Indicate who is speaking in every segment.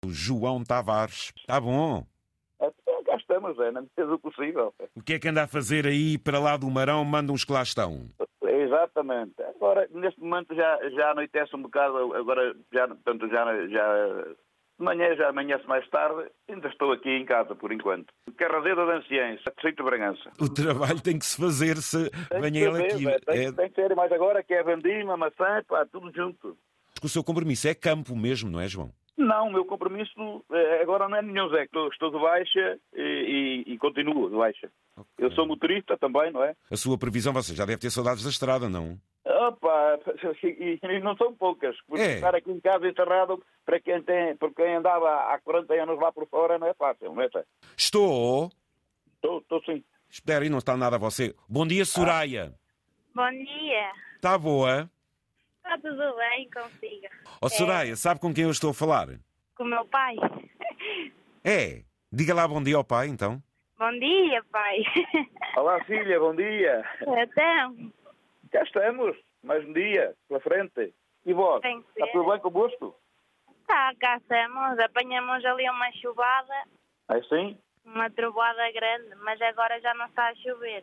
Speaker 1: Santo João Tavares. Está bom.
Speaker 2: Até cá estamos, Ana, fez o possível.
Speaker 1: O que é que anda a fazer aí para lá do Marão? Manda uns que lá estão.
Speaker 2: É, Exatamente. Agora, neste momento já, já anoitece um bocado, agora já, portanto, já, já de manhã já amanhece mais tarde, ainda estou aqui em casa por enquanto. Carradeira de Anciães, Distrito de Bragança.
Speaker 1: O trabalho tem que se fazer se
Speaker 2: Tem que
Speaker 1: venha ele
Speaker 2: saber,
Speaker 1: aqui.
Speaker 2: velho, Tem,
Speaker 1: É-
Speaker 2: tem que ser mais agora que é Vandima, maçã, pá, tudo junto.
Speaker 1: Porque o seu compromisso é campo mesmo, não é, João?
Speaker 2: Não, o meu compromisso eh, agora não é nenhum, Zé. Estou, estou de baixa e, e- e continuo de baixa. Eu sou motorista também, não é?
Speaker 1: A sua previsão, você já deve ter saudades da estrada, não?
Speaker 2: Opa, e, e não são poucas. Por
Speaker 1: É.
Speaker 2: estar aqui em casa enterrado, para quem, tem, para quem andava há 40 anos lá por fora, não é fácil, não é? Zé?
Speaker 1: Estou.
Speaker 2: Estou, estou sim.
Speaker 1: Espera aí, não está nada a você. Bom
Speaker 2: Ah.
Speaker 1: dia, Soraya.
Speaker 3: Bom dia.
Speaker 1: Está boa?
Speaker 3: Está tudo bem consigo?
Speaker 1: Ó,
Speaker 2: É.
Speaker 1: Soraya, sabe com quem eu estou a falar?
Speaker 3: Com o meu pai?
Speaker 1: É. Diga lá bom dia ao pai, então.
Speaker 3: Bom dia, pai.
Speaker 2: Olá, filha, bom dia.
Speaker 3: Então,
Speaker 2: Cá estamos, mais um dia, pela frente. E vós?
Speaker 3: Tem que
Speaker 2: Está
Speaker 3: ser.
Speaker 2: tudo bem convosco?
Speaker 3: tá, cá estamos. Apanhamos ali uma chuvada,
Speaker 2: Aí É sim?
Speaker 3: uma trovoada grande, mas agora já não está a chover.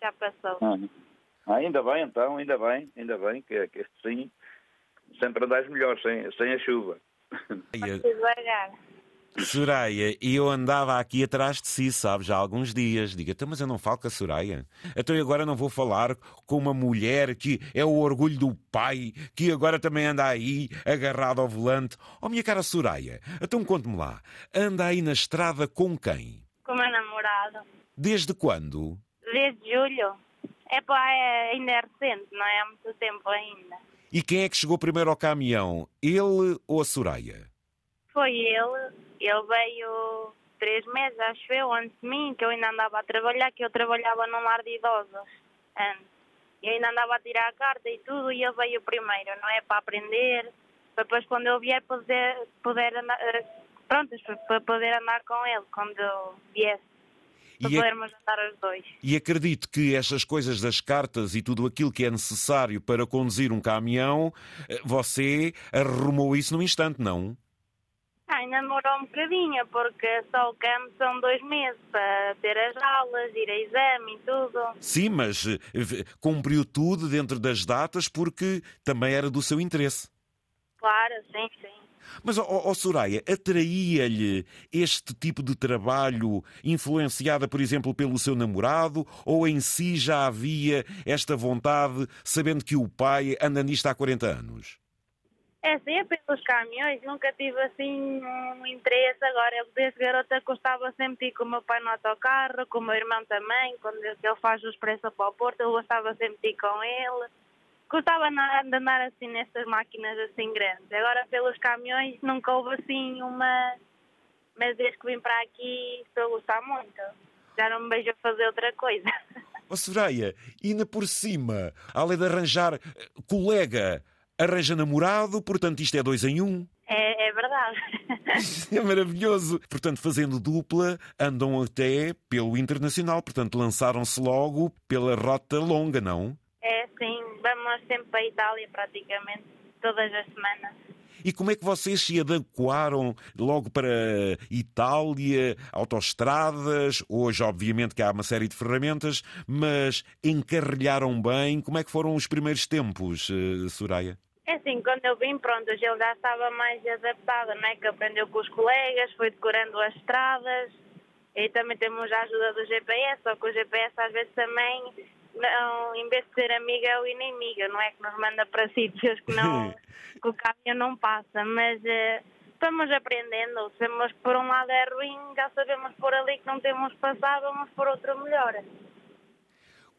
Speaker 3: Já passou.
Speaker 2: Ah, ainda bem, então, ainda bem, ainda bem que, que este sim sempre andais melhor sem, sem a chuva.
Speaker 1: Ai, a-
Speaker 3: Devagar.
Speaker 1: Soraya, e eu andava aqui atrás de si, sabe, já há alguns dias. Diga, "Então, mas eu não falo com a Soraya. Então eu agora não vou falar com uma mulher que é o orgulho do pai, que agora também anda aí, agarrado ao volante. Oh, minha cara Soraya, então conte-me lá, anda aí na estrada com quem?
Speaker 3: Com o meu namorado.
Speaker 1: Desde quando?
Speaker 3: Desde julho. É pá, é, ainda é recente, não é há muito tempo ainda.
Speaker 1: E quem é que chegou primeiro ao caminhão, ele ou a Soraya?
Speaker 3: Foi ele. Ele veio três meses, acho eu, antes de mim, que eu ainda andava a trabalhar, que eu trabalhava num lar de idosos antes. E ainda andava a tirar a carta e tudo, e ele veio primeiro, não é? Para aprender, para depois quando eu vier poder, poder andar... eh, Pronto, para- para poder andar com ele quando eu viesse, para
Speaker 1: E, é ac-
Speaker 3: podermos andar os dois.
Speaker 1: e acredito que estas coisas das cartas e tudo aquilo que é necessário para conduzir um caminhão, eh, você arrumou isso num instante, não?
Speaker 3: Ah, ainda demorou um bocadinho, porque só o campo são dois meses para ter as aulas, ir a exame e tudo.
Speaker 1: Sim, mas eh, v- cumpriu tudo dentro das datas porque também era do seu interesse.
Speaker 3: Claro, sim, sim.
Speaker 1: Mas, ó ó, ó, Soraya, atraía-lhe este tipo de trabalho influenciada, por exemplo, pelo seu namorado? Ou em si já havia esta vontade, sabendo que o pai anda nisto há 40 anos?
Speaker 3: É sim, é pelos caminhões, nunca tive assim um interesse. Agora, desde garota gostava sempre de ir com o meu pai no autocarro, com o meu irmão também, quando ele ele faz o expresso para o Porto, eu gostava sempre de ir com ele. Gostava na- de andar assim nessas máquinas assim grandes. Agora, pelos caminhões, nunca houve assim uma... Mas desde que vim para aqui, estou a gostar muito. Já não me vejo a fazer outra coisa.
Speaker 1: Ó Soraya, e ainda por cima, além de arranjar eh, colega, arranja namorado, portanto isto é dois em um.
Speaker 3: É, é verdade.
Speaker 1: Isto é maravilhoso. Portanto, fazendo dupla, andam até pelo internacional. Portanto, lançaram-se logo pela rota longa, não?
Speaker 3: É, sim, vamos sempre para a Itália praticamente todas as semanas.
Speaker 1: E como é que vocês se adequaram logo para Itália, autoestradas? Hoje, obviamente, que há uma série de ferramentas, mas encarrilharam bem. Como é que foram os primeiros tempos, eh, Soraya?
Speaker 3: É assim, quando eu vim, pronto, ele já estava mais adaptado, não é? Que aprendeu com os colegas, foi decorando as estradas e também temos a ajuda do GPS, só que o GPS às vezes também, não, em vez de ser amiga, é o inimigo, não é? Que nos manda para sítios que, não, que o caminho não passa, mas eh, estamos aprendendo. Sabemos que por um lado é ruim, já sabemos por ali que não temos passado, vamos por outro melhor.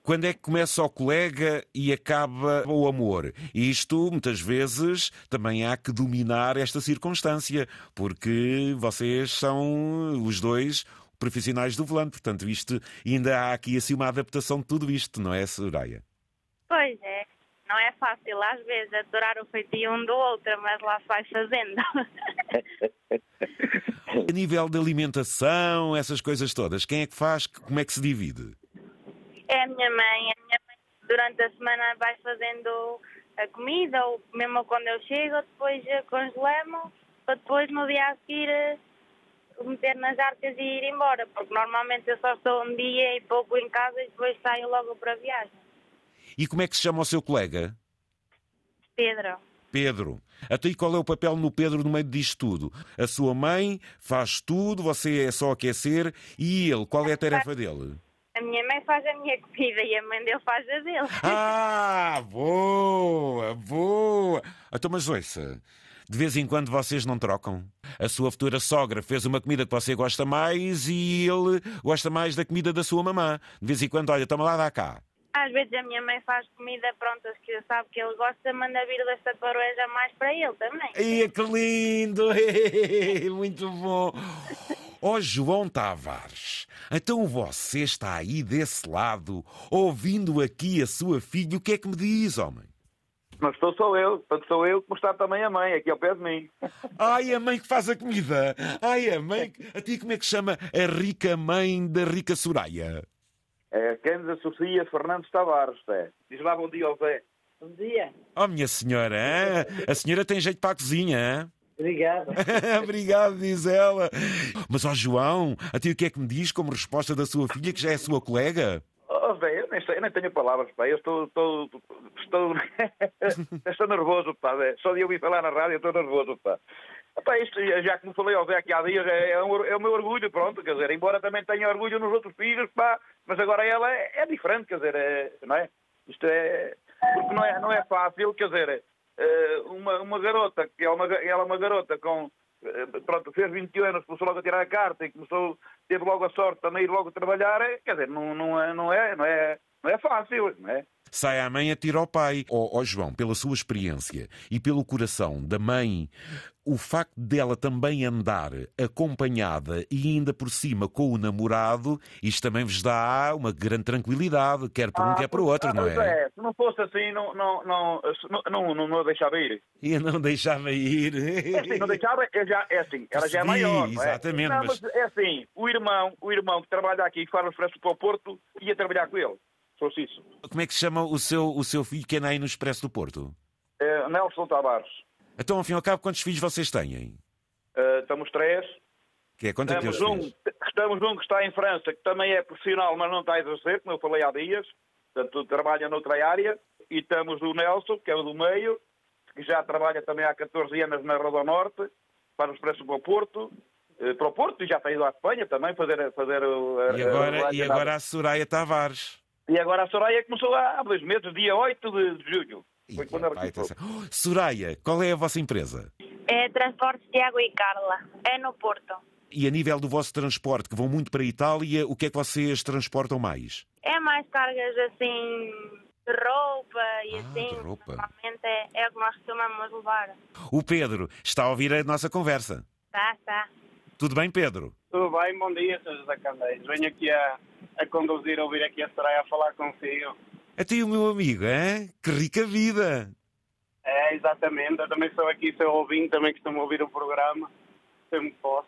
Speaker 1: Quando é que começa o colega e acaba o amor? E Isto, muitas vezes, também há que dominar esta circunstância, porque vocês são os dois profissionais do volante. Portanto, isto ainda há aqui assim uma adaptação de tudo isto, não é, Soraya?
Speaker 3: Pois é, não é fácil às vezes adorar o feitio um do outro, mas lá se vai fazendo.
Speaker 1: A nível de alimentação, essas coisas todas, quem é que faz? Como é que se divide?
Speaker 3: É a minha mãe, a minha mãe durante a semana vai fazendo a comida, ou mesmo quando eu chego, depois eh, congelamos para depois no dia a seguir eh, meter nas arcas e ir embora, porque normalmente eu só estou um dia e pouco em casa e depois saio logo para a viagem.
Speaker 1: E como é que se chama o seu colega?
Speaker 3: Pedro,
Speaker 1: Pedro. Até e qual é o papel no Pedro no meio disto tudo? A sua mãe faz tudo, você é só aquecer. E ele, qual é a tarefa dele?
Speaker 3: a minha mãe faz a minha comida e a mãe dele faz a dele.
Speaker 1: Ah, boa, boa. Então, mas ouça, de vez em quando vocês não trocam. A sua futura sogra fez uma comida que você gosta mais e ele gosta mais da comida da sua mamã. De vez em quando, olha, toma lá, dá cá.
Speaker 3: Às vezes a minha mãe faz comida prontas que eu sabe que ele gosta, manda vir da saparoeja mais para ele também.
Speaker 1: Ia, que lindo! Muito bom! Ó João Tavares, então você está aí desse lado, ouvindo aqui a sua filha, o que é que me diz, homem?
Speaker 2: Mas estou só eu, portanto sou eu, como está também a mãe, aqui ao pé de mim.
Speaker 1: Ai, a mãe que faz a comida! Ai, a mãe. que- A ti como é que chama a rica mãe da rica Soraya?
Speaker 2: É Cândida Sofia Fernandes Tavares, Zé. Diz lá bom dia ao Zé.
Speaker 4: Bom dia.
Speaker 1: Oh, minha senhora, hã? a senhora tem jeito para a cozinha,
Speaker 4: Obrigada.
Speaker 1: hã? Obrigado, diz ela. Mas, ó João, a ti o que é que me diz como resposta da sua filha, que já é sua colega?
Speaker 2: Oh, Zé, eu nem, sei, eu nem tenho palavras, pá. Eu estou. Estou. Estou, estou nervoso, pá. Zé. Só de ouvir falar na rádio, eu estou nervoso, pá. Pá, isto, já como falei ao Zé aqui há dias, é, é um or- é o meu orgulho, pronto, quer dizer, embora também tenha orgulho nos outros filhos, pá, mas agora ela é, é diferente, quer dizer, é, não é? Isto é. Porque não é, não é fácil, quer dizer, eh, uma, uma garota, que é uma, ga- ela é uma garota com. eh, Pronto, fez 21 anos, começou logo a tirar a carta e começou, teve logo a sorte também de ir logo trabalhar, eh, quer dizer, não, não, é, não, é, não, é, não é fácil, não é?
Speaker 1: Sai à mãe, atira ao pai. Ó ó, João, pela sua experiência e pelo coração da mãe, o facto dela também andar acompanhada e ainda por cima com o namorado, isto também vos dá uma grande tranquilidade, quer para um, quer para o outro,
Speaker 2: Ah,
Speaker 1: não
Speaker 2: pois
Speaker 1: é?
Speaker 2: Se não fosse assim, não, não, não, se- não, não, não, não a deixava ir.
Speaker 1: E eu não deixava ir.
Speaker 2: É assim, não deixava, é, já, é assim, ela já é
Speaker 1: Percebi,
Speaker 2: maior. não é?
Speaker 1: exatamente,
Speaker 2: Não,
Speaker 1: mas-
Speaker 2: mas é assim, o irmão, o irmão que trabalha aqui, que faz referência para o Porto, ia trabalhar com ele. Se fosse isso.
Speaker 1: Como é que se chama o seu, o seu filho que anda aí no Expresso do Porto?
Speaker 2: Eh, Nelson Tavares.
Speaker 1: Então, ao fim e ao cabo, quantos filhos vocês têm?
Speaker 2: Eh, estamos três.
Speaker 1: Que é, conta que
Speaker 2: Estamos
Speaker 1: eles
Speaker 2: um, estamos um que está em França, que também é profissional, mas não está a exercer, como eu falei há dias. Portanto, trabalha noutra área. E temos o Nelson, que é o do meio, que já trabalha também há 14 anos na Roda Norte, faz os preços para o Porto. eh, Para o Porto e já está ido à Espanha também fazer, fazer o. a-
Speaker 1: E
Speaker 2: a-
Speaker 1: agora,
Speaker 2: a-
Speaker 1: e agora a Soraya Tavares.
Speaker 2: E agora a Soraya começou há há dois meses, dia 8 de de julho. Foi
Speaker 1: Ih,
Speaker 2: quando tipo- ela
Speaker 1: pai,
Speaker 2: começou.
Speaker 1: atenção. Soraya, qual é a vossa empresa?
Speaker 3: É Transportes Tiago e Carla, é no Porto.
Speaker 1: E a nível do vosso transporte, que vão muito para a Itália, o que é que vocês transportam mais?
Speaker 3: É mais cargas assim de roupa e
Speaker 1: Ah,
Speaker 3: assim.
Speaker 1: de roupa.
Speaker 3: Normalmente é, é o que nós costumamos levar.
Speaker 1: O Pedro está a ouvir a nossa conversa.
Speaker 3: Tá, tá.
Speaker 1: Tudo bem, Pedro?
Speaker 5: Tudo bem? Bom dia, Sr. José Candeias. Venho aqui a, a conduzir, a ouvir aqui a Soraya a falar consigo.
Speaker 1: Até o meu amigo, hein? Que rica vida!
Speaker 5: É, exatamente. Eu também sou aqui seu ouvinte, também costumo ouvir o programa. Sempre que posso.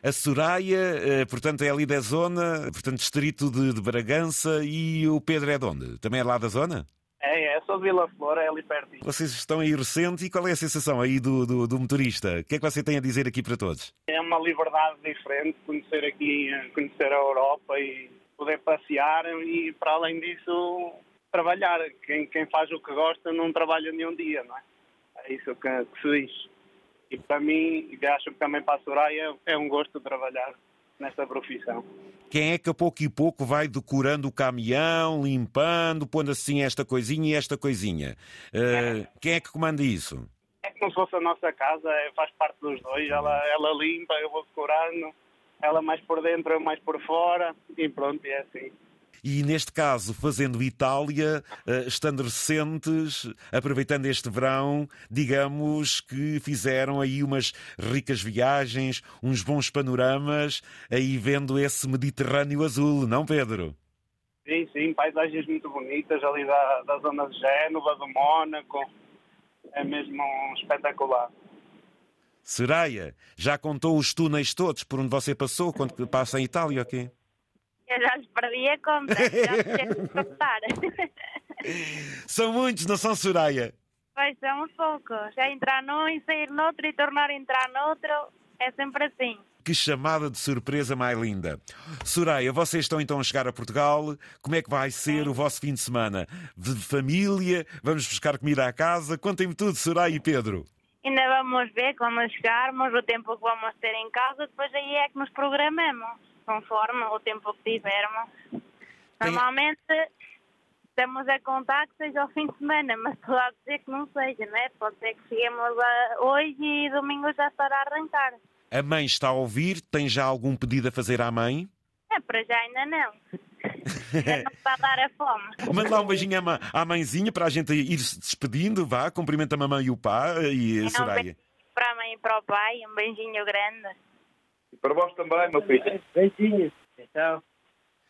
Speaker 1: A Soraya, eh, portanto, é ali da zona, portanto, distrito de, de Bragança, e o Pedro é de onde? Também é lá da zona?
Speaker 5: É, é, sou de Vila Flora, é ali pertinho.
Speaker 1: Vocês estão aí recente e qual é a sensação aí do, do, do motorista? O que é que você tem a dizer aqui para todos?
Speaker 5: É uma liberdade diferente conhecer aqui, eh, conhecer a Europa e poder passear e, para além disso, trabalhar. Quem, quem faz o que gosta não trabalha nenhum dia, não é? É isso que, que se diz. E para mim, e acho que também para a Soraya, é um gosto trabalhar nesta profissão.
Speaker 1: Quem é que a pouco e pouco vai decorando o caminhão, limpando, pondo assim esta coisinha e esta coisinha? Eh, quem é que comanda isso?
Speaker 5: É como se fosse a nossa casa, é- faz parte dos dois. Ela, ela limpa, eu vou decorando. Ela mais por dentro, eu mais por fora. E pronto, é assim.
Speaker 1: E neste caso, fazendo Itália, eh, estando recentes, aproveitando este verão, digamos que fizeram aí umas ricas viagens, uns bons panoramas, aí vendo esse Mediterrâneo azul, não, Pedro?
Speaker 5: Sim, sim, paisagens muito bonitas ali da, da zona de Génova, do Mónaco. É mesmo espetacular.
Speaker 1: Soraya, já contou os túneis todos por onde você passou quando passa em Itália, ok?
Speaker 3: Eu já lhes perdi a conta, já lhes tenho que contar.
Speaker 1: São muitos, não são Soraya?
Speaker 3: Pois é um foco. Já entrar num e sair noutro e tornar a entrar noutro. É sempre assim.
Speaker 1: Que chamada de surpresa mais linda. Soraya, vocês estão então a chegar a Portugal. Como é que vai ser o vosso fim de semana? De família? Vamos buscar comida à casa? Contem-me tudo, Soraya e Pedro.
Speaker 3: Ainda vamos ver quando chegarmos, o tempo que vamos ter em casa, depois aí é que nos programamos, conforme o tempo que tivermos.
Speaker 1: Tem-
Speaker 3: Normalmente estamos a contar que seja ao fim de semana, mas pode dizer que não seja, né? Pode ser que cheguemos a hoje e domingo já estará a arrancar.
Speaker 1: A mãe está a ouvir? Tem já algum pedido a fazer à mãe?
Speaker 3: É, para já ainda não. Ainda não está a dar a fome.
Speaker 1: Manda lá um beijinho à, ma- à mãezinha para a gente ir se despedindo. Vá, cumprimenta a mamãe e o pá eh, e a
Speaker 3: É um
Speaker 1: Soraya.
Speaker 3: beijinho para a mãe e para o pai, um beijinho grande.
Speaker 2: E para vós também, meu filho.
Speaker 5: É.
Speaker 4: Beijinhos. Tchau.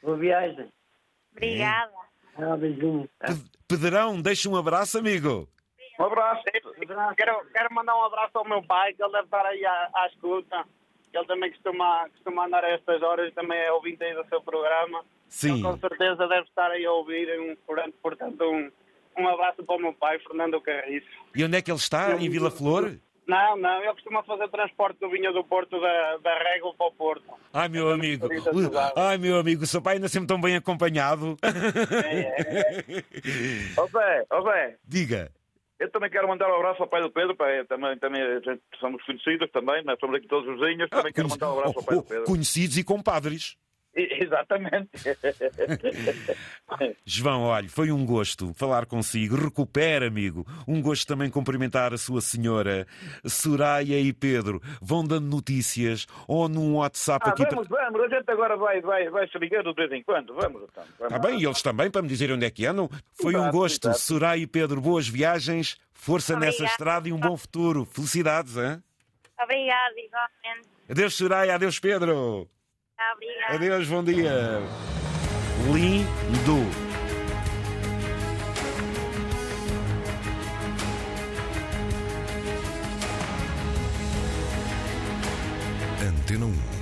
Speaker 4: Boa viagem.
Speaker 3: Obrigada.
Speaker 4: Tchau, beijinhos.
Speaker 1: Pe- Pedrão, deixa um abraço, amigo.
Speaker 2: Um abraço.
Speaker 5: Quero, quero mandar um abraço ao meu pai, que ele deve estar aí à, à escuta. Ele também costuma, costuma andar a estas horas, também é ouvinte aí do seu programa.
Speaker 1: Sim.
Speaker 5: Ele com certeza deve estar aí a ouvir. Um, portanto, portanto um, um abraço para o meu pai, Fernando Carriço.
Speaker 1: E onde é que ele está? Em Vila Flor?
Speaker 5: Não, não, ele costuma fazer transporte do vinho do Porto, da, da Régua para o Porto.
Speaker 1: Ai, meu amigo.
Speaker 5: Florida,
Speaker 1: o-
Speaker 5: Sudão.
Speaker 1: Ai, meu amigo, o seu pai ainda é sempre tão bem acompanhado.
Speaker 2: é. Ó Zé, ó Zé,
Speaker 1: Diga.
Speaker 2: eu também quero mandar um abraço ao pai do Pedro. Pai, também, também a gente somos conhecidos também, nós somos aqui todos vizinhos. Também quero mandar um abraço ao pai do Pedro.
Speaker 1: Conhecidos e compadres.
Speaker 2: E- Exatamente.
Speaker 1: João, olha, foi um gosto falar consigo. Recupera, amigo. Um gosto também cumprimentar a sua senhora. Soraya e Pedro vão dando notícias ou num WhatsApp
Speaker 2: Ah,
Speaker 1: aqui.
Speaker 2: vamos, vamos, a gente agora vai, vai, vai se ligando de vez em quando. Vamos, então. Vamos.
Speaker 1: Está Tá bem, e eles também, para me dizer onde é que andam. Foi um
Speaker 2: Exato,
Speaker 1: gosto.
Speaker 2: exato.
Speaker 1: Soraya e Pedro, boas viagens, força nessa
Speaker 3: Obrigada.
Speaker 1: estrada e um bom futuro. Felicidades, hein?
Speaker 3: Obrigada, igualmente.
Speaker 1: Adeus, Soraya, adeus, Pedro.
Speaker 3: Obrigada.
Speaker 1: Adeus, bom dia. Lindo.
Speaker 6: Antena 1.